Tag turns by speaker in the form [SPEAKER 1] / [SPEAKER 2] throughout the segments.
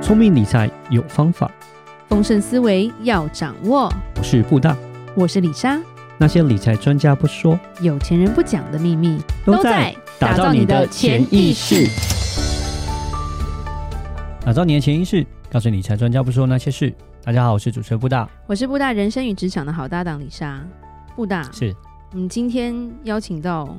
[SPEAKER 1] 聪明理财有方法，
[SPEAKER 2] 丰盛思维要掌握。
[SPEAKER 1] 我是布大。
[SPEAKER 2] 我是李莎，
[SPEAKER 1] 那些理财专家不说，
[SPEAKER 2] 有钱人不讲的秘密
[SPEAKER 1] 打造你的潜意识。，打造你的潜意识，告诉理财专家不说那些事。大家好，我是主持人布大。
[SPEAKER 2] 我是布大人生与职场的好搭档李莎。布大，
[SPEAKER 1] 是，
[SPEAKER 2] 我们今天邀请到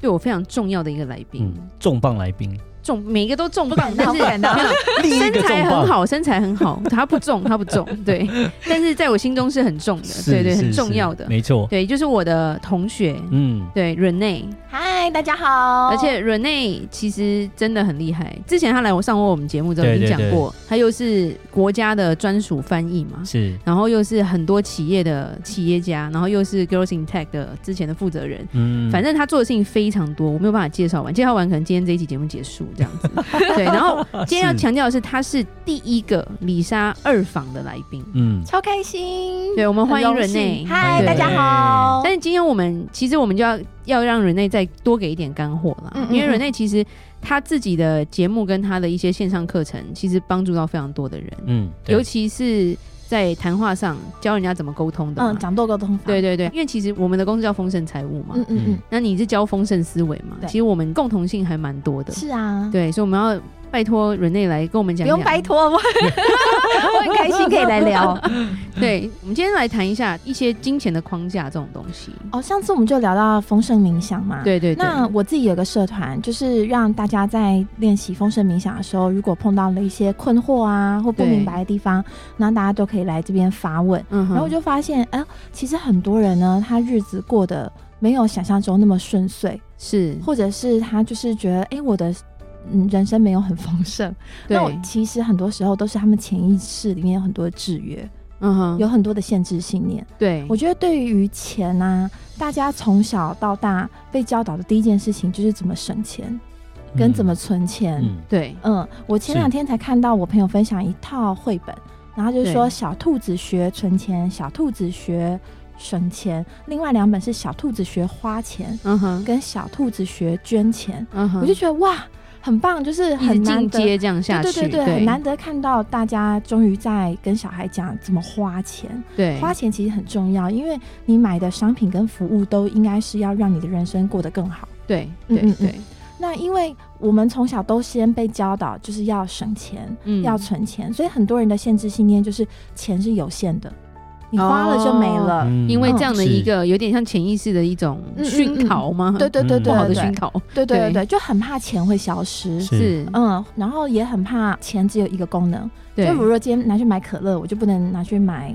[SPEAKER 2] 对我非常重要的一个来宾
[SPEAKER 1] 嗯，，重磅来宾，
[SPEAKER 2] 重每一个都重磅，
[SPEAKER 3] 不
[SPEAKER 2] 但
[SPEAKER 3] 敢当
[SPEAKER 2] 是
[SPEAKER 3] 不敢当
[SPEAKER 2] 没有
[SPEAKER 1] 另一
[SPEAKER 2] 身
[SPEAKER 1] 个
[SPEAKER 2] 材
[SPEAKER 1] 重
[SPEAKER 2] 很
[SPEAKER 1] 磅，
[SPEAKER 2] 好，身材很好，他不重，他不 重，对，但是在我心中是很重的，
[SPEAKER 1] 是
[SPEAKER 2] 对对，
[SPEAKER 1] 是
[SPEAKER 2] 很重
[SPEAKER 1] 是
[SPEAKER 2] 要的，
[SPEAKER 1] 没错。
[SPEAKER 2] 对，就是我的同学，
[SPEAKER 1] 嗯，
[SPEAKER 2] 对 Rene，
[SPEAKER 3] 嗨，大家好。
[SPEAKER 2] 而且 Rene 其实真的很厉害，之前他来我上过我们节目之后
[SPEAKER 1] 对
[SPEAKER 2] 已经
[SPEAKER 1] 对
[SPEAKER 2] 讲
[SPEAKER 1] 对
[SPEAKER 2] 过，他又是国家的专属翻译嘛，
[SPEAKER 1] 是，
[SPEAKER 2] 然后又是很多企业的企业家，然后又是 Girls in Tech 的之前的负责人。
[SPEAKER 1] 嗯，
[SPEAKER 2] 反正他做的事情非常多，我没有办法介绍完。介绍完，可能今天这一期节目结束这样 子。对，然后今天要
[SPEAKER 1] 是
[SPEAKER 2] 强调的是，他是第一个李莎二访的来宾。
[SPEAKER 1] 嗯，
[SPEAKER 3] 超开心。
[SPEAKER 2] 对，我们欢迎
[SPEAKER 3] 很荣
[SPEAKER 2] r
[SPEAKER 3] 幸
[SPEAKER 2] e
[SPEAKER 3] 嗨，
[SPEAKER 1] 对
[SPEAKER 3] 大家好。
[SPEAKER 2] 但是今天我们其实我们就要要让 Rene 再多给一点干货啦，
[SPEAKER 3] 嗯嗯
[SPEAKER 2] 因为
[SPEAKER 3] 嗯
[SPEAKER 2] Rene 其实他自己的节目跟他的一些线上课程，其实帮助到非常多的人，
[SPEAKER 1] 嗯，对
[SPEAKER 2] 尤其是在谈话上教人家怎么沟通的嘛。
[SPEAKER 3] 嗯，讲多沟通法。
[SPEAKER 2] 对，对对，因为其实我们的公司叫丰盛财务嘛，
[SPEAKER 3] 嗯嗯嗯，
[SPEAKER 2] 那你是教丰盛思维嘛？
[SPEAKER 3] 对
[SPEAKER 2] 其实我们共同性还蛮多的，
[SPEAKER 3] 是啊，
[SPEAKER 2] 对，所以我们要拜托 Rene 来跟我们
[SPEAKER 3] 不
[SPEAKER 2] 讲讲，
[SPEAKER 3] 用拜托 我，我很开心可以来聊。
[SPEAKER 2] 对，我们今天来谈一下一些金钱的框架这种东西。
[SPEAKER 3] 哦，上次我们就聊到丰盛冥想嘛。。
[SPEAKER 2] 对对对，
[SPEAKER 3] 啊那我自己有个社团，就是让大家在练习丰盛冥想的时候，如果碰到了一些困惑啊或不
[SPEAKER 2] 对
[SPEAKER 3] 明白的地方，那大家都可以来这边发问。
[SPEAKER 2] 嗯哼，
[SPEAKER 3] 然后我就发现，哎、其实很多人呢，他日子过得没有想象中那么顺遂，
[SPEAKER 2] 是
[SPEAKER 3] 或者是他就是觉得，哎、我的嗯人生没有很丰盛。
[SPEAKER 2] 对
[SPEAKER 3] 那，我其实很多时候都是他们潜意识里面有很多制约，
[SPEAKER 2] 嗯哼，
[SPEAKER 3] 有很多的限制信念。
[SPEAKER 2] 对，
[SPEAKER 3] 我觉得对于钱啊，大家从小到大被教导的第一件事情就是怎么省钱，
[SPEAKER 2] 嗯
[SPEAKER 3] 跟怎么存钱。嗯
[SPEAKER 1] 嗯，
[SPEAKER 2] 对，
[SPEAKER 3] 我前两天才看到我朋友分享一套绘本，然后就是说
[SPEAKER 2] 对
[SPEAKER 3] 小兔子学存钱，小兔子学省钱，另外两本是小兔子学花钱，
[SPEAKER 2] 嗯哼，
[SPEAKER 3] 跟小兔子学捐钱。
[SPEAKER 2] 嗯哼，
[SPEAKER 3] 我就觉得哇，很棒，就是
[SPEAKER 2] 一直
[SPEAKER 3] 很难
[SPEAKER 2] 进
[SPEAKER 3] 得。
[SPEAKER 2] 阶这样下
[SPEAKER 3] 对
[SPEAKER 2] 去，
[SPEAKER 3] 对对对，很难得看到大家终于在跟小孩讲怎么花钱。
[SPEAKER 2] 对
[SPEAKER 3] 花钱其实很重要，因为你买的商品跟服务都应该是要让你的人生过得更好。
[SPEAKER 2] 对
[SPEAKER 3] 嗯
[SPEAKER 2] 对
[SPEAKER 3] 嗯嗯
[SPEAKER 2] 对，
[SPEAKER 3] 那因为我们从小都先被教导就是要省钱，
[SPEAKER 2] 嗯
[SPEAKER 3] 要存钱，所以很多人的限制信念就是钱是有限的，你花了就没了。
[SPEAKER 1] 嗯
[SPEAKER 2] 因为这样的一
[SPEAKER 1] 是
[SPEAKER 2] 个有点像潜意识的一种
[SPEAKER 3] 嗯嗯
[SPEAKER 2] 熏陶吗？
[SPEAKER 3] 对对对
[SPEAKER 1] 嗯
[SPEAKER 3] 对
[SPEAKER 2] 不好的
[SPEAKER 3] 对
[SPEAKER 2] 熏
[SPEAKER 3] 对
[SPEAKER 2] 陶，
[SPEAKER 3] 对
[SPEAKER 2] 对
[SPEAKER 3] 对对，就很怕钱会消失。
[SPEAKER 1] 是
[SPEAKER 2] 是，
[SPEAKER 3] 嗯，然后也很怕钱只有一个功能，
[SPEAKER 2] 对
[SPEAKER 3] 就，如果今天拿去买可乐，我就不能拿去买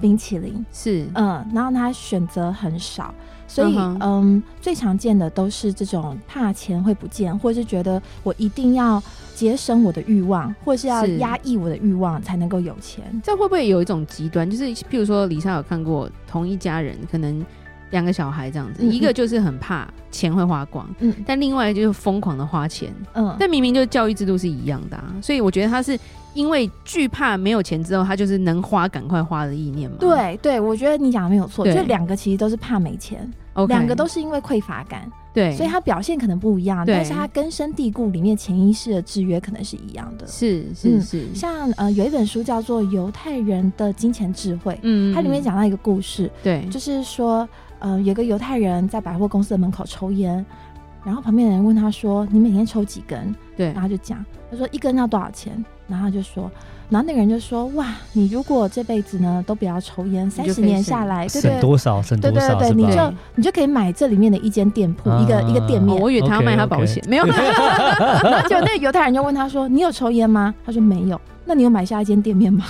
[SPEAKER 3] 冰淇淋。
[SPEAKER 2] 是，
[SPEAKER 3] 嗯，然后他选择很少，所以
[SPEAKER 2] 嗯
[SPEAKER 3] 嗯最常见的都是这种怕钱会不见，或是觉得我一定要节省我的欲望，或是要
[SPEAKER 2] 是
[SPEAKER 3] 压抑我的欲望才能够有钱。
[SPEAKER 2] 这样会不会有一种极端？就是譬如说，李莎有看过同一家人，可能两个小孩这样子，
[SPEAKER 3] 嗯嗯
[SPEAKER 2] 一个就是很怕钱会花光，
[SPEAKER 3] 嗯
[SPEAKER 2] 但另外一个就是疯狂的花钱，
[SPEAKER 3] 嗯，
[SPEAKER 2] 但明明就是教育制度是一样的、啊，所以我觉得他是因为惧怕没有钱之后，他就是能花赶快花的意念嘛。
[SPEAKER 3] 对对，我觉得你讲的没有错，
[SPEAKER 2] 对
[SPEAKER 3] 就两个其实都是怕没钱，
[SPEAKER 2] ，OK，
[SPEAKER 3] 两个都是因为匮乏感，
[SPEAKER 2] 对，
[SPEAKER 3] 所以他表现可能不一样，
[SPEAKER 2] 对
[SPEAKER 3] 但是他根深蒂固里面潜意识的制约可能是一样的。
[SPEAKER 2] 是是
[SPEAKER 3] 嗯
[SPEAKER 2] 是，
[SPEAKER 3] 像呃有一本书叫做《犹太人的金钱智慧》，
[SPEAKER 2] 嗯
[SPEAKER 3] 它里面
[SPEAKER 2] 嗯
[SPEAKER 3] 讲到一个故事，
[SPEAKER 1] 嗯
[SPEAKER 2] 对，
[SPEAKER 3] 就是说，呃，有个犹太人在百货公司的门口抽烟，然后旁边的人问他说：“你每天抽几根
[SPEAKER 2] 对？”
[SPEAKER 3] 然后他就讲，他说一根要多少钱？然后他就说，然后那个人就说：“哇，你如果这辈子呢都不要抽烟，
[SPEAKER 2] 就
[SPEAKER 3] 三
[SPEAKER 2] 可以
[SPEAKER 3] 十年
[SPEAKER 2] 省
[SPEAKER 3] 下来，对
[SPEAKER 1] 省
[SPEAKER 3] 对
[SPEAKER 1] 多少，省
[SPEAKER 3] 对
[SPEAKER 1] 多
[SPEAKER 3] 对
[SPEAKER 1] 少
[SPEAKER 3] 对
[SPEAKER 1] 是
[SPEAKER 3] 你
[SPEAKER 1] 吧？
[SPEAKER 3] 就你就可以买这里面的一间店铺，一个一个店
[SPEAKER 1] 啊
[SPEAKER 2] 哦
[SPEAKER 3] 面。
[SPEAKER 2] 我以为他要卖他保险，没有，啊
[SPEAKER 3] 然后结果那个犹太人就问他说：‘你有抽烟吗？’他说：‘没有。’那你有买下一间店面吗？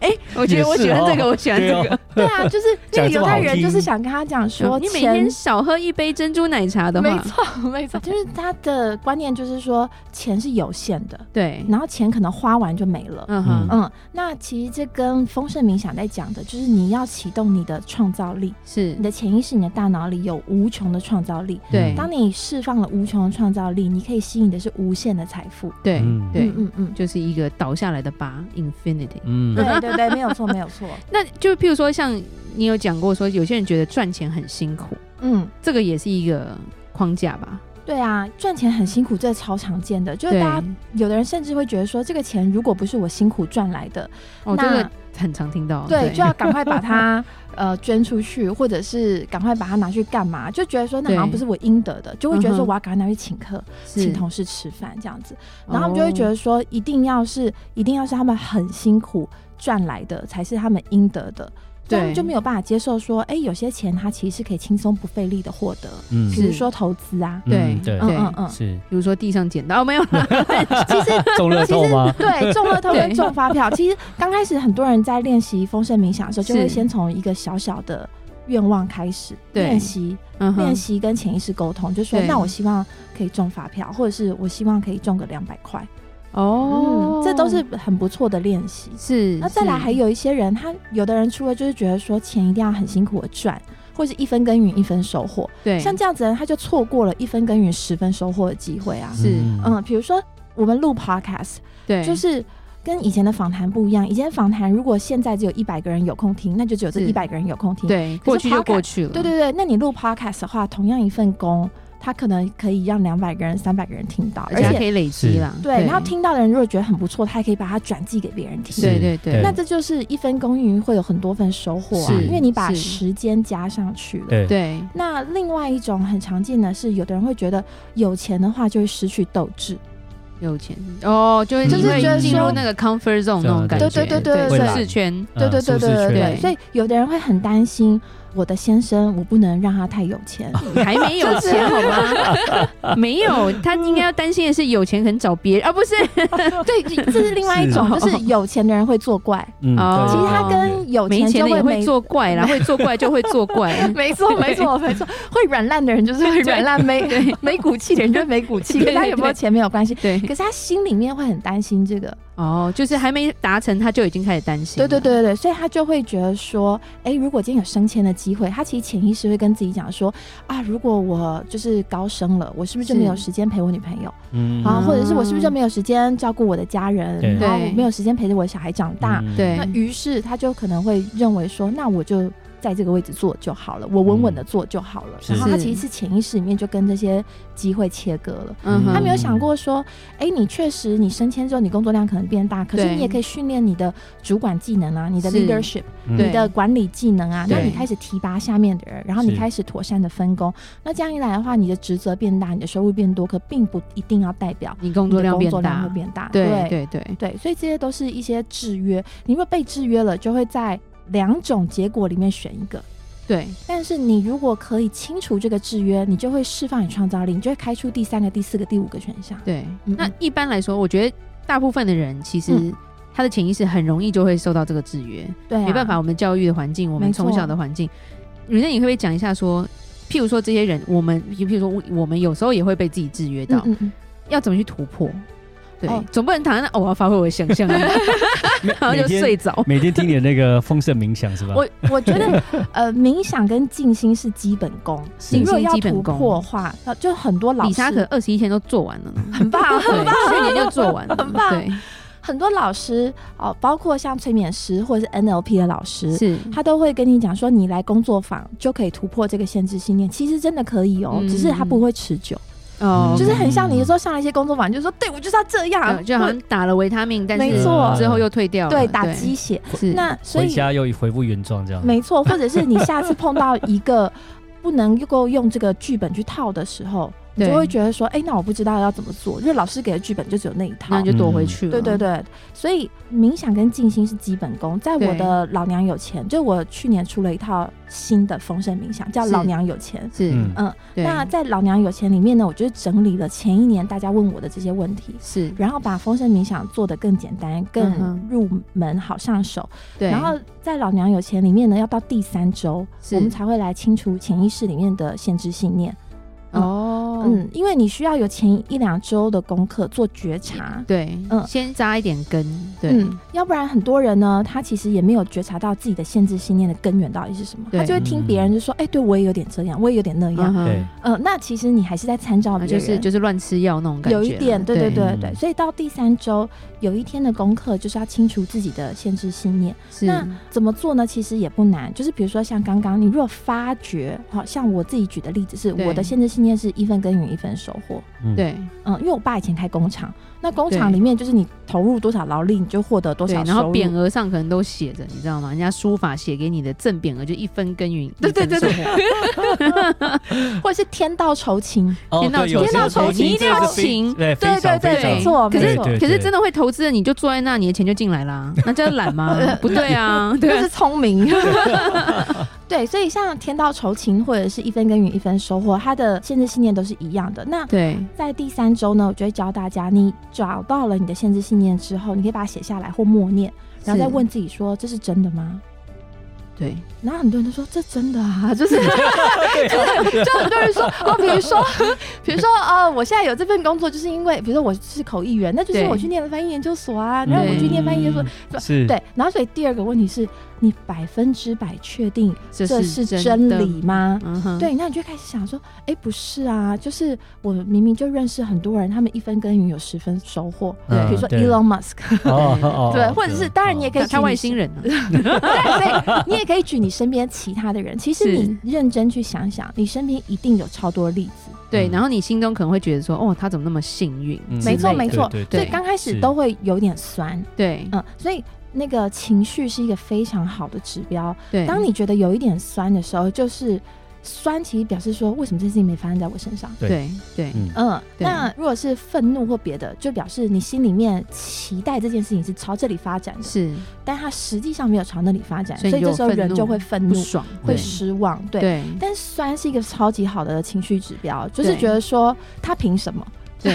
[SPEAKER 2] 哎，我觉得
[SPEAKER 1] 也
[SPEAKER 2] 我
[SPEAKER 1] 是
[SPEAKER 2] 喜欢这个，
[SPEAKER 1] 哦
[SPEAKER 2] 我喜欢这
[SPEAKER 1] 对
[SPEAKER 2] 个。
[SPEAKER 3] 对啊，就是那
[SPEAKER 1] 讲
[SPEAKER 3] 个
[SPEAKER 1] 这
[SPEAKER 3] 犹
[SPEAKER 1] 么好
[SPEAKER 3] 太人就
[SPEAKER 1] 听
[SPEAKER 3] 是想跟他讲说，
[SPEAKER 2] 你每
[SPEAKER 3] 钱
[SPEAKER 2] 天少喝一杯珍珠奶茶的
[SPEAKER 3] 没
[SPEAKER 2] 话，
[SPEAKER 3] 错， 没错，就是他的观念就是说钱是有限的，
[SPEAKER 2] 对，
[SPEAKER 3] 然后钱可能花完就没了。
[SPEAKER 2] 嗯哼，
[SPEAKER 3] 嗯，那其实这跟丰盛冥想在讲的，就是你要启动你的创造力，
[SPEAKER 2] 是
[SPEAKER 3] 你，的潜意识、你的大脑里有无穷的创造力。
[SPEAKER 2] 对
[SPEAKER 3] 当你释放了无穷的创造力，你可以吸引的是无限的财富。
[SPEAKER 2] 对
[SPEAKER 1] 嗯
[SPEAKER 2] 对
[SPEAKER 3] 嗯，嗯 嗯，
[SPEAKER 2] 就是一个倒下来的疤，infinity。
[SPEAKER 1] 嗯
[SPEAKER 3] 对对对，没有错，没有错。
[SPEAKER 2] 那就譬如说，像你有讲过说，有些人觉得赚钱很辛苦，
[SPEAKER 3] 嗯，
[SPEAKER 2] 这个也是一个框架吧？
[SPEAKER 3] 对啊，赚钱很辛苦，这超常见的。就是大家
[SPEAKER 2] 对
[SPEAKER 3] 有的人甚至会觉得说，这个钱如果不是我辛苦赚来的，
[SPEAKER 2] 哦，这
[SPEAKER 3] 那
[SPEAKER 2] 个哦很常听到，
[SPEAKER 3] 对，就要赶快 把它呃捐出去，或者是赶快把它拿去干嘛？就觉得说那好像
[SPEAKER 2] 对
[SPEAKER 3] 不是我应得的，就会觉
[SPEAKER 2] 嗯
[SPEAKER 3] 得说
[SPEAKER 2] 哼
[SPEAKER 3] 我要赶快拿去请客，
[SPEAKER 2] 是哦
[SPEAKER 3] 请同事吃饭这样子。然后他们就会觉得说，一定要是一定要是他们很辛苦赚来的，才是他们应得的。所以他们
[SPEAKER 2] 对
[SPEAKER 3] 就没有办法接受说，哎、有些钱它其实是可以轻松不费力的获得，
[SPEAKER 1] 嗯
[SPEAKER 3] 比如说投资啊，
[SPEAKER 2] 对
[SPEAKER 1] 嗯对
[SPEAKER 3] 嗯嗯嗯，
[SPEAKER 1] 是
[SPEAKER 2] 比如说地上捡到哦，没有啦，
[SPEAKER 3] 其实
[SPEAKER 1] 中乐透吗？
[SPEAKER 3] 对，中乐透
[SPEAKER 2] 对
[SPEAKER 3] 跟中发 票，其实刚开始很多人在练习丰盛冥想的时候，就是会先从一个小小的愿望开始
[SPEAKER 2] 对
[SPEAKER 3] 练习，
[SPEAKER 2] 嗯哼
[SPEAKER 3] 练习跟潜意识沟通，就说
[SPEAKER 2] 对
[SPEAKER 3] 那我希望可以中发票，或者是我希望可以中个两百块，
[SPEAKER 2] 哦
[SPEAKER 3] 嗯，，这都是很不错的练习。
[SPEAKER 2] 是。
[SPEAKER 3] 那再来
[SPEAKER 2] 是
[SPEAKER 3] 还有一些人，他有的人除了就是觉得说钱一定要很辛苦的赚，或是一分耕耘一分收获，
[SPEAKER 2] 对，
[SPEAKER 3] 像这样子的人他就错过了一分耕耘十分收获的机会啊。
[SPEAKER 2] 是
[SPEAKER 3] 嗯，比如说我们录 podcast，
[SPEAKER 2] 对，
[SPEAKER 3] 就是跟以前的访谈不一样。以前访谈如果现在只有一百个人有空听，那就只有这
[SPEAKER 2] 是
[SPEAKER 3] 一百个人有空听。，
[SPEAKER 2] 对
[SPEAKER 3] 是
[SPEAKER 2] 过去就
[SPEAKER 3] podcast-
[SPEAKER 2] 过去了，
[SPEAKER 3] 对对对那你录 podcast 的话，同样一份工，它可能可以让两百个人、三百个人听到，
[SPEAKER 2] 而
[SPEAKER 3] 而
[SPEAKER 2] 且还
[SPEAKER 3] 且
[SPEAKER 2] 可以累积啦，
[SPEAKER 3] 对，然后听到的人如果觉得很不错，他还可以把它转寄给别人听。
[SPEAKER 2] 对对对
[SPEAKER 3] 那这就是一分耕耘会有很多份收获啊，
[SPEAKER 1] 是
[SPEAKER 3] 因为你把
[SPEAKER 2] 是
[SPEAKER 3] 时间加上去了。
[SPEAKER 1] 对
[SPEAKER 2] 对
[SPEAKER 3] 那另外一种很常见的是，有的人会觉得有钱的话就会失去斗志，
[SPEAKER 2] 有钱哦，就会
[SPEAKER 1] 就是
[SPEAKER 2] 你会
[SPEAKER 3] 觉得
[SPEAKER 2] 进入
[SPEAKER 3] 说
[SPEAKER 2] 那个 comfort zone 那种感觉，
[SPEAKER 1] 对对
[SPEAKER 3] 对对
[SPEAKER 1] 对嗯
[SPEAKER 2] 舒适圈，
[SPEAKER 3] 对对对对对
[SPEAKER 2] 对
[SPEAKER 3] 对，所以有的人会很担心，我的先生我不能让他太有 钱，
[SPEAKER 2] 你还没有钱好吗？ 没有，他应该要担心的是有钱可能找别人，啊，不是，
[SPEAKER 3] 对，这是啊另外一种，
[SPEAKER 2] 是
[SPEAKER 3] 就是有钱的人会作怪，
[SPEAKER 1] 嗯
[SPEAKER 2] 哦
[SPEAKER 3] 其
[SPEAKER 1] 对
[SPEAKER 3] 实
[SPEAKER 1] 对
[SPEAKER 3] 他跟有
[SPEAKER 2] 没
[SPEAKER 3] 钱
[SPEAKER 2] 钱
[SPEAKER 3] 就
[SPEAKER 2] 的也
[SPEAKER 3] 会
[SPEAKER 2] 会
[SPEAKER 3] 没。
[SPEAKER 2] 作怪啦，会作怪就会作 怪，
[SPEAKER 3] 没错，没错，没错。会软烂的人就是会软烂，没
[SPEAKER 2] 对
[SPEAKER 3] 没骨气的人就是没骨气。
[SPEAKER 2] 对
[SPEAKER 3] 跟他有没有钱没有关系，
[SPEAKER 2] 对
[SPEAKER 3] 可，是他心里面会很担心这个。
[SPEAKER 2] 哦，就是还没达成他就已经开始担心
[SPEAKER 3] 对
[SPEAKER 2] 了，
[SPEAKER 3] 对对对对，所以他就会觉得说，哎，如果今天有升迁的机会，他其实潜意识会跟自己讲说，啊，如果我就是高升了，我是不是就是没有时间陪我女朋友？
[SPEAKER 1] 嗯
[SPEAKER 3] 啊，或者是我是不是就
[SPEAKER 2] 嗯
[SPEAKER 3] 没有时间照顾我的家
[SPEAKER 1] 对
[SPEAKER 3] 人，然后我没有时间陪着我的小孩长大，
[SPEAKER 1] 嗯
[SPEAKER 2] 对
[SPEAKER 3] 那于是他就可能会认为说，那我就在这个位置做就好了，我稳稳的做就好了。
[SPEAKER 1] 嗯是
[SPEAKER 3] 然后他
[SPEAKER 2] 是
[SPEAKER 3] 其实是潜意识里面就跟这些机会切割了。
[SPEAKER 2] 嗯哼，
[SPEAKER 3] 他没有
[SPEAKER 1] 嗯
[SPEAKER 3] 想过说，哎、你确实你升迁之后，你工作量可能变大，可是
[SPEAKER 2] 对
[SPEAKER 3] 你也可以训练你的主管技能啊，你的
[SPEAKER 2] 是
[SPEAKER 3] leadership，
[SPEAKER 1] 嗯
[SPEAKER 2] 对
[SPEAKER 3] 你的管理技能啊，
[SPEAKER 2] 对
[SPEAKER 3] 那你开始提拔下面的人，然后你
[SPEAKER 1] 是
[SPEAKER 3] 开始妥善的分工，那这样一来的话，你的职责变大，你的收入变多，可并不一定要代表
[SPEAKER 2] 你工
[SPEAKER 3] 你
[SPEAKER 2] 作
[SPEAKER 3] 的
[SPEAKER 2] 量变
[SPEAKER 3] 工作
[SPEAKER 2] 大
[SPEAKER 3] 量会，变大，
[SPEAKER 2] 对对对，
[SPEAKER 3] 对，所以这些都是一些制约。你如果被制约了，就会在两种结果里面选一个。
[SPEAKER 2] 对，
[SPEAKER 3] 但是你如果可以清除这个制约，你就会释放你创造力，你就会开出第三个、第四个、第五个选项。
[SPEAKER 2] 对，
[SPEAKER 3] 嗯
[SPEAKER 2] 那
[SPEAKER 3] 嗯
[SPEAKER 2] 一般来说，我觉得大部分的人其实
[SPEAKER 3] 嗯
[SPEAKER 2] 他的潜意识很容易就会受到这个制约，
[SPEAKER 3] 对、啊，
[SPEAKER 2] 没办法，我们教育的环境，我们
[SPEAKER 3] 没错
[SPEAKER 2] 从小的环境，人家你可不可以讲一下说，譬如说这些人，我们譬如说我我们有时候也会被自己制约到
[SPEAKER 3] 嗯，嗯嗯
[SPEAKER 2] 要怎么去突破？对
[SPEAKER 3] 哦，
[SPEAKER 2] 总不能躺在那哦，我要发挥我的想 象啊，然后就睡着。
[SPEAKER 1] 每天听你的那个丰盛冥想是吧？
[SPEAKER 3] 我我觉得，呃，冥想跟静心是基本 功。
[SPEAKER 1] 是
[SPEAKER 3] 你如果要
[SPEAKER 2] 静心基
[SPEAKER 3] 突
[SPEAKER 2] 本功
[SPEAKER 3] 破的话，呃就很多老
[SPEAKER 2] 嗯李
[SPEAKER 3] 师
[SPEAKER 2] 莎可能二十一天都做完了呢，
[SPEAKER 3] 很棒，
[SPEAKER 2] 对，去年就做完了，
[SPEAKER 3] 很棒
[SPEAKER 2] 对，
[SPEAKER 3] 很多老师哦、包括像催眠师或者是 NLP 的老师，
[SPEAKER 2] 是，
[SPEAKER 3] 他都会跟你讲说，你来工作坊就可以突破这个限制信念，其实真的可以哦、
[SPEAKER 2] 嗯
[SPEAKER 3] 只是它不会持久，
[SPEAKER 2] 哦
[SPEAKER 3] 就是很像你有
[SPEAKER 1] 嗯
[SPEAKER 3] 时候上了一些工作坊，你就说对我就是要这样，
[SPEAKER 2] 嗯就好
[SPEAKER 3] 我
[SPEAKER 2] 像打了维他命，但
[SPEAKER 3] 没
[SPEAKER 2] 是
[SPEAKER 3] 错
[SPEAKER 2] 之后又退掉了，
[SPEAKER 3] 对打鸡血。
[SPEAKER 2] 是
[SPEAKER 3] 那所
[SPEAKER 1] 回
[SPEAKER 3] 以
[SPEAKER 1] 家又恢复原状这样。
[SPEAKER 3] 没错，或者是你下次碰到一个 不能够用这个剧本去套的时候，你
[SPEAKER 2] 对
[SPEAKER 3] 就会觉得说，哎、那我不知道要怎么做，因为老师给的剧本就只有那一套
[SPEAKER 2] 那。
[SPEAKER 1] 嗯
[SPEAKER 2] 你就躲回去了。
[SPEAKER 3] 对对对，所以冥想跟静心是基本功。在我
[SPEAKER 2] 对
[SPEAKER 3] 的老娘有钱，就我去年出了一套新的丰盛冥想，叫
[SPEAKER 2] 是
[SPEAKER 3] 老娘有钱。
[SPEAKER 2] 是，
[SPEAKER 1] 嗯
[SPEAKER 3] 嗯，
[SPEAKER 2] 对
[SPEAKER 3] 那在《老娘有钱》里面呢，我就是整理了前一年大家问我的这些问题，
[SPEAKER 2] 是，
[SPEAKER 3] 然后把丰盛冥想做得更简单、
[SPEAKER 2] 嗯
[SPEAKER 3] 更入门、好上手。
[SPEAKER 2] 对，
[SPEAKER 3] 然后在《老娘有钱》里面呢，要到第三周，
[SPEAKER 2] 是
[SPEAKER 3] 我们才会来清除潜意识里面的限制信念。
[SPEAKER 2] 哦，嗯，
[SPEAKER 3] 嗯，因为你需要有前一两周的功课做觉察。
[SPEAKER 2] 对，
[SPEAKER 3] 嗯
[SPEAKER 2] 先扎一点根，对
[SPEAKER 3] 嗯，要不然很多人呢，他其实也没有觉察到自己的限制信念的根源到底是什么，
[SPEAKER 2] 对
[SPEAKER 3] 他就会听别人就说：“哎、对我也有点这样，我也有点那样。
[SPEAKER 2] 嗯哼
[SPEAKER 1] 对，
[SPEAKER 3] 呃，那其实你还是在参照
[SPEAKER 2] 啊
[SPEAKER 3] 别人，
[SPEAKER 2] 就是就是乱吃药那种感觉啦，
[SPEAKER 3] 有一点，对对对对，
[SPEAKER 1] 嗯
[SPEAKER 3] 所以到第三周有一天的功课就是要清除自己的限制信念。
[SPEAKER 2] 是，
[SPEAKER 3] 那怎么做呢？其实也不难，就是比如说像刚刚你如果发觉，好像我自己举的例子是
[SPEAKER 2] 对
[SPEAKER 3] 我的限制信念是一分耕耕耘一分收获。
[SPEAKER 1] 嗯，
[SPEAKER 2] 对
[SPEAKER 3] 嗯，因为我爸以前开工厂，那工厂
[SPEAKER 2] 对
[SPEAKER 3] 里面就是你投入多少劳力，你就获得多
[SPEAKER 2] 对
[SPEAKER 3] 少，
[SPEAKER 2] 然后
[SPEAKER 3] 收
[SPEAKER 2] 匾
[SPEAKER 3] 入。
[SPEAKER 2] 额上可能都写着，你知道吗？人家书法写给你的正匾额就一分耕耘，
[SPEAKER 3] 对对对
[SPEAKER 2] 一分收获，
[SPEAKER 3] 对，或者是天道酬勤，
[SPEAKER 1] 哦
[SPEAKER 2] 天道
[SPEAKER 1] 对有
[SPEAKER 2] 酬勤
[SPEAKER 1] 些
[SPEAKER 3] 天道酬
[SPEAKER 1] 东西
[SPEAKER 3] 勤一定要
[SPEAKER 1] 这个非
[SPEAKER 2] 勤
[SPEAKER 1] 对，
[SPEAKER 3] 对
[SPEAKER 1] 非常
[SPEAKER 3] 对
[SPEAKER 1] 非
[SPEAKER 3] 对
[SPEAKER 1] 常
[SPEAKER 3] 没错
[SPEAKER 2] 可
[SPEAKER 1] 对
[SPEAKER 2] 是
[SPEAKER 1] 对对
[SPEAKER 2] 可是真的会投资的，你就坐在那，你的钱就进来 啦，那叫懒吗？不对啊，对
[SPEAKER 3] 就
[SPEAKER 2] 啊
[SPEAKER 3] 是聪明。 对，所以像天道酬勤或者是一分耕耘一分收获，它的限制信念都是一样的。那
[SPEAKER 2] 对
[SPEAKER 3] 在第三周呢，我就会教大家，你找到了你的限制信念之后，你可以把它写下来或默念，然后再
[SPEAKER 2] 是
[SPEAKER 3] 问自己说：“这是真的吗
[SPEAKER 2] 对，？”
[SPEAKER 3] 然后很多人都说：“这真的 啊，就是就是就很多人说哦，比如说 比如说呃，我现在有这份工作，就是因为比如说我是口译员，那就是
[SPEAKER 2] 对
[SPEAKER 3] 我去念了翻译研究所啊，然后我
[SPEAKER 2] 对
[SPEAKER 3] 去念翻译研究所，
[SPEAKER 1] 嗯是，
[SPEAKER 3] 对。然后所以第二个问题是你百分之百确定
[SPEAKER 2] 这
[SPEAKER 3] 这是真
[SPEAKER 2] 的
[SPEAKER 3] 理？吗？
[SPEAKER 2] 嗯哼，
[SPEAKER 3] 对，那你就开始想说，哎，不是啊，就是我明明就认识很多人，他们一分耕耘有十分收获，
[SPEAKER 1] 嗯
[SPEAKER 3] 比如说
[SPEAKER 1] 对
[SPEAKER 3] Elon Musk，
[SPEAKER 1] 哦，哦哦
[SPEAKER 3] 对，或者是当然你也可以
[SPEAKER 2] 他
[SPEAKER 3] 举
[SPEAKER 2] 他
[SPEAKER 3] 你
[SPEAKER 2] 外星，人啊，
[SPEAKER 3] 对，所以你也可以举你身边其他的人。其实
[SPEAKER 2] 是
[SPEAKER 3] 你认真去想想，你身边一定有超多例子。
[SPEAKER 2] 对，
[SPEAKER 1] 嗯
[SPEAKER 2] 然后你心中可能会觉得说，哦，他怎么那么幸运？
[SPEAKER 1] 嗯
[SPEAKER 2] 之
[SPEAKER 3] 没错
[SPEAKER 2] 类的
[SPEAKER 3] 没错
[SPEAKER 1] 对对
[SPEAKER 3] 所
[SPEAKER 1] 对
[SPEAKER 3] 以刚开始
[SPEAKER 1] 是
[SPEAKER 3] 都会有点酸，
[SPEAKER 2] 对
[SPEAKER 3] 嗯，所以那个情绪是一个非常好的指标。
[SPEAKER 2] 对，
[SPEAKER 3] 当你觉得有一点酸的时候，就是酸，其实表示说为什么这件事情没发生在我身上。
[SPEAKER 2] 对对
[SPEAKER 1] 嗯
[SPEAKER 3] 嗯，
[SPEAKER 2] 对
[SPEAKER 3] 那如果是愤怒或别的，就表示你心里面期待这件事情是朝这里发展的，
[SPEAKER 2] 是
[SPEAKER 3] 但它实际上没有朝那里发展，
[SPEAKER 2] 所
[SPEAKER 3] 所
[SPEAKER 2] 以
[SPEAKER 3] 以
[SPEAKER 2] 你
[SPEAKER 3] 这时候
[SPEAKER 2] 就愤
[SPEAKER 3] 人
[SPEAKER 2] 怒
[SPEAKER 3] 就会愤
[SPEAKER 2] 不
[SPEAKER 3] 怒，
[SPEAKER 2] 爽，
[SPEAKER 3] 嗯会
[SPEAKER 1] 对
[SPEAKER 3] 失望，对。
[SPEAKER 2] 对
[SPEAKER 3] 但酸是一个超级好的情绪指标，就是
[SPEAKER 2] 对
[SPEAKER 3] 觉得说他凭什么？
[SPEAKER 2] 对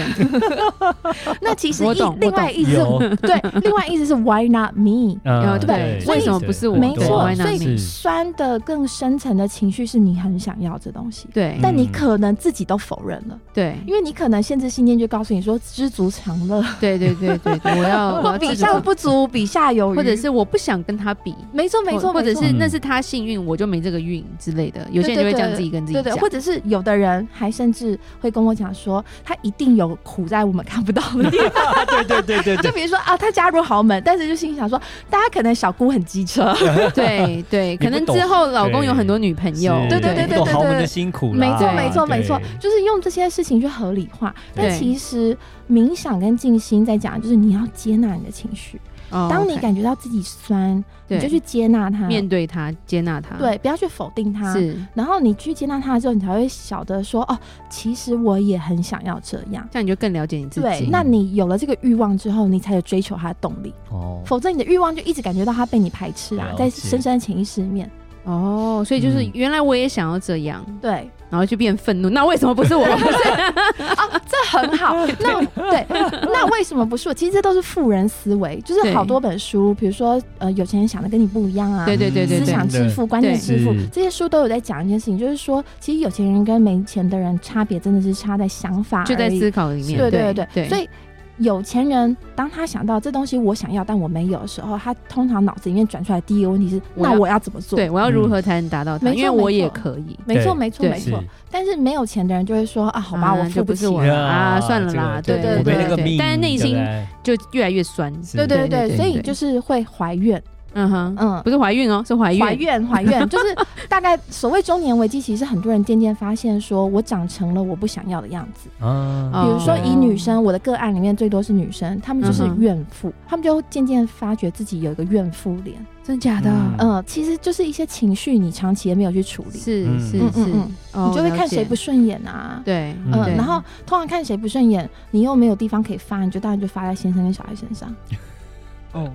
[SPEAKER 3] 那其实
[SPEAKER 2] 我
[SPEAKER 3] 一
[SPEAKER 2] 懂
[SPEAKER 3] 另外
[SPEAKER 2] 我懂
[SPEAKER 3] 一思
[SPEAKER 1] 有
[SPEAKER 3] 是，对， 另外一思是 Why not me？
[SPEAKER 1] 呃
[SPEAKER 2] 对
[SPEAKER 1] 对，
[SPEAKER 3] 为
[SPEAKER 1] 对
[SPEAKER 2] 什么不是我
[SPEAKER 3] 没
[SPEAKER 1] 对
[SPEAKER 3] 错，
[SPEAKER 2] why not
[SPEAKER 3] 所以
[SPEAKER 1] 是
[SPEAKER 3] 酸的更深层的情绪是你很想要这东西，
[SPEAKER 2] 对
[SPEAKER 3] 但你
[SPEAKER 1] 嗯
[SPEAKER 3] 可能自己都否认了，
[SPEAKER 2] 对
[SPEAKER 3] 因为你可能限制信念就告诉你说知足常 乐，
[SPEAKER 2] 对对对对对，我 要我
[SPEAKER 3] 我
[SPEAKER 2] 要
[SPEAKER 3] 比
[SPEAKER 2] 自
[SPEAKER 3] 上
[SPEAKER 2] 主，
[SPEAKER 3] 不足，比下有余，
[SPEAKER 2] 或者是我不想跟他比，
[SPEAKER 3] 没错没错，
[SPEAKER 2] 或者
[SPEAKER 3] 没错
[SPEAKER 2] 是
[SPEAKER 1] 嗯
[SPEAKER 2] 那是他幸运，我就没这个运之类的。有些人就
[SPEAKER 3] 对
[SPEAKER 2] 会
[SPEAKER 3] 对
[SPEAKER 2] 这样
[SPEAKER 3] 对
[SPEAKER 2] 自己跟自己
[SPEAKER 3] 对对，
[SPEAKER 2] 讲，
[SPEAKER 3] 或者是有的人还甚至会跟我讲说，他一定有苦在我们看不到的地方，
[SPEAKER 1] 对对对对
[SPEAKER 3] 就
[SPEAKER 1] 对，
[SPEAKER 3] 比如说啊，他加入豪门，但是就心想说，大家可能小姑很机车，
[SPEAKER 2] 对对，可
[SPEAKER 1] 你
[SPEAKER 2] 能
[SPEAKER 1] 不懂
[SPEAKER 2] 之后老公有很多女朋友，
[SPEAKER 1] 是
[SPEAKER 3] 对对对对
[SPEAKER 1] 懂
[SPEAKER 3] 对
[SPEAKER 1] 豪门
[SPEAKER 3] 对
[SPEAKER 1] 的辛苦啦，
[SPEAKER 3] 没错
[SPEAKER 2] 对
[SPEAKER 3] 没错
[SPEAKER 1] 对
[SPEAKER 3] 没错，就是用这些事情去合理化，但
[SPEAKER 2] 对
[SPEAKER 3] 其实冥想跟静心在讲，就是你要接纳你的情绪，
[SPEAKER 2] 哦
[SPEAKER 3] 当你
[SPEAKER 2] OK，
[SPEAKER 3] 感觉到自己酸，
[SPEAKER 2] 对
[SPEAKER 3] 你就去接纳它，
[SPEAKER 2] 面对他，接纳他，
[SPEAKER 3] 对，啊不要去否定它，
[SPEAKER 2] 是
[SPEAKER 3] 然后你去接纳它之后，你才会晓得说，哦，其实我也很想要这样。
[SPEAKER 2] 这样你就更了解你自
[SPEAKER 3] 对，
[SPEAKER 2] 己。
[SPEAKER 3] 那你有了这个欲望之后，你才有追求它的动力，
[SPEAKER 1] 哦，
[SPEAKER 3] 否则你的欲望就一直感觉到它被你排斥啊
[SPEAKER 1] 了，
[SPEAKER 3] 在
[SPEAKER 1] 解
[SPEAKER 3] 深深的潜意识里面。
[SPEAKER 2] 哦，所以就是
[SPEAKER 1] 嗯
[SPEAKER 2] 原来我也想要这样，
[SPEAKER 3] 对，
[SPEAKER 2] 然后就变愤怒，那为什么不是 我？不是
[SPEAKER 3] 啊这很好。那对，那为什么不是我？其实这都是富人思维，就是
[SPEAKER 2] 对
[SPEAKER 3] 好多本书，比如说呃，有钱人想的跟你不一样啊，
[SPEAKER 2] 对对
[SPEAKER 1] 嗯
[SPEAKER 2] 对对
[SPEAKER 3] 思
[SPEAKER 2] 对
[SPEAKER 3] 想致富、观念致富
[SPEAKER 1] 是
[SPEAKER 3] 这些书都有在讲一件事情，就是说，其实有钱人跟没钱的人差别真的是差在想法，
[SPEAKER 2] 就在思。考里面。
[SPEAKER 3] 对对对
[SPEAKER 2] 对
[SPEAKER 3] 对，所以。有钱人，当他想到这东西我想要，但我没有的时候，他通常脑子里面转出来第一个问题是：
[SPEAKER 2] 我
[SPEAKER 3] 那
[SPEAKER 2] 要
[SPEAKER 3] 我要怎么做？
[SPEAKER 2] 对我要如何才能达到它？
[SPEAKER 3] 没错
[SPEAKER 2] 因为我也
[SPEAKER 3] 没错
[SPEAKER 2] 可以。
[SPEAKER 3] 没错，
[SPEAKER 1] 对
[SPEAKER 3] 没错，
[SPEAKER 2] 对
[SPEAKER 3] 没错
[SPEAKER 1] 是。
[SPEAKER 3] 但是没有钱的人就会说：啊，好吧，
[SPEAKER 2] 啊
[SPEAKER 3] 我
[SPEAKER 2] 就
[SPEAKER 3] 付
[SPEAKER 2] 不
[SPEAKER 3] 起
[SPEAKER 2] 是。我了啊，算了啦，
[SPEAKER 1] 这
[SPEAKER 2] 对
[SPEAKER 1] 个
[SPEAKER 3] 对
[SPEAKER 1] 我被那
[SPEAKER 2] 对
[SPEAKER 1] 个
[SPEAKER 2] 对，
[SPEAKER 1] 命，
[SPEAKER 2] 但是内心
[SPEAKER 1] 对不对
[SPEAKER 2] 就越来越酸。
[SPEAKER 1] 是
[SPEAKER 3] 对对
[SPEAKER 2] 对对
[SPEAKER 3] 对，所以
[SPEAKER 2] 对
[SPEAKER 3] 就是会怀怨，
[SPEAKER 2] 嗯哼，
[SPEAKER 3] 嗯，
[SPEAKER 2] 不是怀孕哦，是怀孕。
[SPEAKER 3] 怀怨，怀 怨，就是大概所谓中年危机，其实很多人渐渐发现，说我长成了我不想要的样子。
[SPEAKER 1] 啊，
[SPEAKER 3] 比如说
[SPEAKER 1] 对
[SPEAKER 3] 以女生，我的个案里面最多是女生，她们就是
[SPEAKER 2] 哦嗯哼
[SPEAKER 3] 怨妇，她们就渐渐发觉自己有一个怨妇脸。
[SPEAKER 2] 真假的？
[SPEAKER 1] 嗯
[SPEAKER 3] 嗯、其实就是一些情绪你长期也没有去处理，
[SPEAKER 2] 是
[SPEAKER 1] 嗯
[SPEAKER 2] 是
[SPEAKER 3] 嗯
[SPEAKER 2] 是
[SPEAKER 3] 嗯嗯，，
[SPEAKER 2] 哦
[SPEAKER 3] 你就会
[SPEAKER 2] 了
[SPEAKER 3] 看谁
[SPEAKER 2] 解
[SPEAKER 3] 不顺眼啊。
[SPEAKER 2] 对，
[SPEAKER 1] 嗯
[SPEAKER 3] 嗯，
[SPEAKER 2] 对
[SPEAKER 3] 然后通常看谁不顺眼，你又没有地方可以发，你就当然就发在先生跟小孩身上。
[SPEAKER 2] 哦，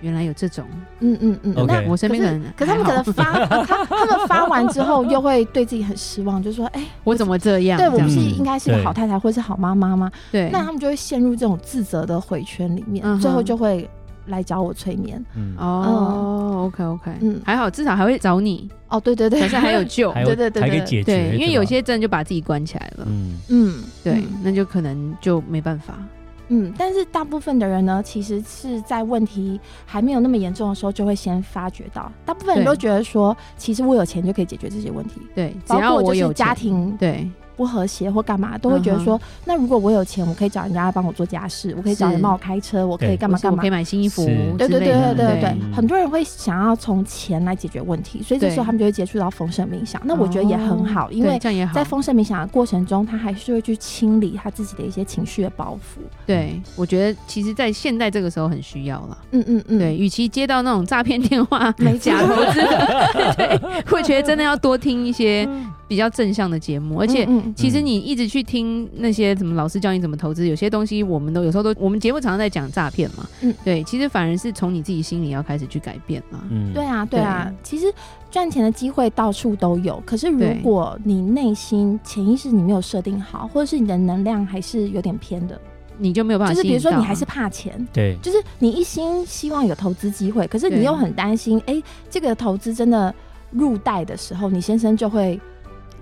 [SPEAKER 2] 原来有这种，
[SPEAKER 3] 嗯嗯嗯。
[SPEAKER 1] OK
[SPEAKER 3] 那
[SPEAKER 2] 我身边
[SPEAKER 3] 可
[SPEAKER 2] 的
[SPEAKER 3] 是
[SPEAKER 2] 人，
[SPEAKER 3] 可是他们可能发，他他们发完之后又会对自己很失望，就说：“哎、
[SPEAKER 2] 我怎么这样？
[SPEAKER 3] 对我
[SPEAKER 2] 这
[SPEAKER 3] 不
[SPEAKER 2] 样
[SPEAKER 3] 是
[SPEAKER 1] 嗯
[SPEAKER 3] 应该是个
[SPEAKER 1] 对
[SPEAKER 3] 好太太或是好妈妈吗？
[SPEAKER 2] 对，
[SPEAKER 3] 那他们就会陷入这种自责的回圈里面，
[SPEAKER 2] 嗯哼
[SPEAKER 3] 最后就会来找我催眠。
[SPEAKER 1] 嗯
[SPEAKER 2] 哦，OK OK，
[SPEAKER 3] 嗯
[SPEAKER 2] 还好，至少还会找你，
[SPEAKER 3] 哦，对对对，
[SPEAKER 2] 可是还有救。
[SPEAKER 1] 还有
[SPEAKER 3] 哦对对对
[SPEAKER 1] 还可以
[SPEAKER 3] 对
[SPEAKER 1] 解决，
[SPEAKER 2] 对，因为
[SPEAKER 1] 吧
[SPEAKER 2] 有些真的就把自己关起来了，
[SPEAKER 1] 嗯
[SPEAKER 3] 嗯，
[SPEAKER 2] 对
[SPEAKER 3] 嗯，
[SPEAKER 2] 那就可能就没办法。
[SPEAKER 3] 嗯，但是大部分的人呢，其实是在问题还没有那么严重的时候，就会先发觉到。大部分
[SPEAKER 2] 对
[SPEAKER 3] 人都觉得说，其实我有钱就可以解决这些问题，
[SPEAKER 2] 对，只
[SPEAKER 3] 包
[SPEAKER 2] 要
[SPEAKER 3] 括
[SPEAKER 2] 我
[SPEAKER 3] 就
[SPEAKER 2] 有
[SPEAKER 3] 是家
[SPEAKER 2] 钱，
[SPEAKER 3] 庭
[SPEAKER 2] 对，
[SPEAKER 3] 不和谐或干嘛，都会觉
[SPEAKER 2] 嗯
[SPEAKER 3] 得说，那如果我有钱，我可以找人家帮我做家事，我可以找人
[SPEAKER 2] 是
[SPEAKER 3] 帮我开车，我可以
[SPEAKER 1] 对
[SPEAKER 3] 干嘛
[SPEAKER 2] 或是
[SPEAKER 3] 干
[SPEAKER 2] 我
[SPEAKER 3] 嘛
[SPEAKER 2] 可以。买新衣服之
[SPEAKER 1] 是
[SPEAKER 2] 类的，
[SPEAKER 3] 对对对对对对
[SPEAKER 1] 嗯，
[SPEAKER 3] 很多人会想要从钱来解决问题，所以这
[SPEAKER 2] 对
[SPEAKER 3] 时候他们就会接触到丰盛冥想。那我觉得也很好，
[SPEAKER 2] 哦
[SPEAKER 3] 因为
[SPEAKER 2] 对这样也好
[SPEAKER 3] 在。丰盛冥想的过程中，他还是会去清理他自己的一些情绪的包袱。
[SPEAKER 2] 对，我觉得其实，在现在这个时候很需要了。
[SPEAKER 3] 嗯嗯嗯，
[SPEAKER 2] 对，，与其接到那种诈骗电 话、
[SPEAKER 3] 没 错
[SPEAKER 2] 假投资的，对，我觉得真的要多听一些比较正向的节目，而
[SPEAKER 3] 而
[SPEAKER 2] 且。
[SPEAKER 3] 嗯
[SPEAKER 2] 其实你一直去听那些什么老师教你怎么投资，有些东西我们都有时候都我们节目常常在讲诈骗嘛，
[SPEAKER 3] 嗯
[SPEAKER 2] 对，其实反而是从你自己心里要开始去改变啦。
[SPEAKER 1] 嗯
[SPEAKER 3] 对啊，对啊，其实赚钱的机会到处都有，可是如
[SPEAKER 2] 对
[SPEAKER 3] 果你内心潜意识你没有设定好，或者是你的能量还是有点偏的，
[SPEAKER 2] 你就没有办法
[SPEAKER 3] 就
[SPEAKER 2] 吸
[SPEAKER 3] 是
[SPEAKER 2] 引
[SPEAKER 3] 比
[SPEAKER 2] 到
[SPEAKER 3] 如
[SPEAKER 2] 啊，
[SPEAKER 3] 说你还是怕钱。
[SPEAKER 1] 对
[SPEAKER 3] 就是你一心希望有投资机会，可是你
[SPEAKER 2] 对
[SPEAKER 3] 又很担心，哎、这个投资真的入袋的时候，你先生就会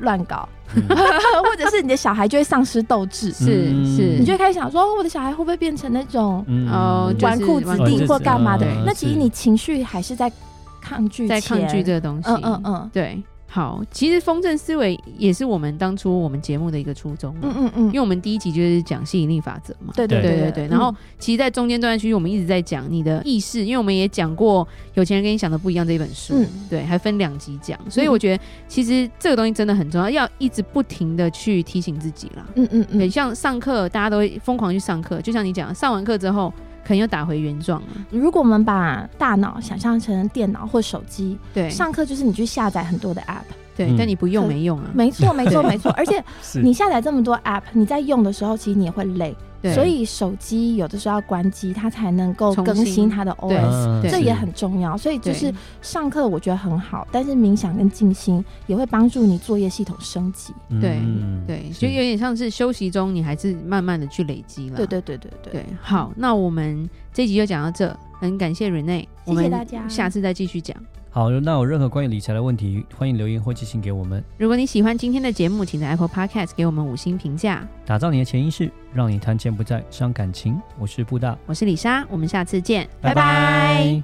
[SPEAKER 3] 乱搞， 或者是你的小孩就会丧失斗志，
[SPEAKER 2] 是
[SPEAKER 1] 嗯
[SPEAKER 2] 是，
[SPEAKER 3] 你就会开始想说，哦我的小孩会不会变成那种
[SPEAKER 1] 嗯
[SPEAKER 2] 哦就是
[SPEAKER 3] 纨绔子弟或干嘛的
[SPEAKER 2] 纨绔子？弟
[SPEAKER 3] 那其实
[SPEAKER 1] 是
[SPEAKER 3] 你情绪还是在抗拒，
[SPEAKER 2] 在抗拒这，个东西，
[SPEAKER 3] 嗯嗯嗯
[SPEAKER 2] 对，好，其实风正思维也是我们当初我们节目的一个初衷啊，
[SPEAKER 3] 嗯嗯嗯
[SPEAKER 2] 因为，我们第一集就是讲吸引力法则嘛，
[SPEAKER 3] 对对嗯
[SPEAKER 1] 对
[SPEAKER 2] 对对
[SPEAKER 3] 对
[SPEAKER 2] 对，然后其实，在中间这段区域，我们一直在讲你的意识，因为我们也讲过《有钱人跟你想的不一样》这一本书，
[SPEAKER 3] 嗯
[SPEAKER 2] 对，还分两集讲，所以我觉得其实这个东西真的很重要，要一直不停的去提醒自己啦。
[SPEAKER 3] 嗯嗯
[SPEAKER 2] 对，
[SPEAKER 3] 嗯
[SPEAKER 2] 像上课大家都会疯狂去上课，就像你讲，上完课之后可能又打回原状了。
[SPEAKER 3] 嗯，如果我们把大脑想象成电脑或手机，
[SPEAKER 2] 对，
[SPEAKER 3] 上课就是你去下载很多的 app，
[SPEAKER 2] 对
[SPEAKER 1] 嗯，
[SPEAKER 2] 但你不用
[SPEAKER 3] 可
[SPEAKER 2] 没用啊。
[SPEAKER 3] 没错没错没错，而且
[SPEAKER 1] 是
[SPEAKER 3] 你下载这么多 app，你在用的时候，其实你也会累，
[SPEAKER 2] 对，
[SPEAKER 3] 所以手机有的时候要关机，它才能够
[SPEAKER 2] 重
[SPEAKER 3] 更新
[SPEAKER 2] 新
[SPEAKER 3] 它的
[SPEAKER 2] 对
[SPEAKER 3] OS，
[SPEAKER 1] 嗯
[SPEAKER 2] 对
[SPEAKER 3] 这也很重要。所以就
[SPEAKER 2] 对
[SPEAKER 3] 是上课我觉得很好，但是冥想跟静心也会帮助你作业系统升级。
[SPEAKER 2] 对
[SPEAKER 1] 嗯
[SPEAKER 2] 对，
[SPEAKER 1] 是
[SPEAKER 2] 就有点像是休息中，你还是慢慢的去累积了。
[SPEAKER 3] 对对对对对，嗯
[SPEAKER 2] 对，好，那我们这集就讲到这，很感谢 Rene，我们
[SPEAKER 3] 大家
[SPEAKER 2] 下次再继续讲。
[SPEAKER 1] 好，那有任何关于理财的问题，欢迎留言或寄信给我们。
[SPEAKER 2] 如果你喜欢今天的节目，请在 Apple Podcast 给我们五星评价。
[SPEAKER 1] 打造你的潜意识，让你谈钱不再伤感情。我是布大，
[SPEAKER 2] 我是李莎，我们下次见，
[SPEAKER 1] 拜拜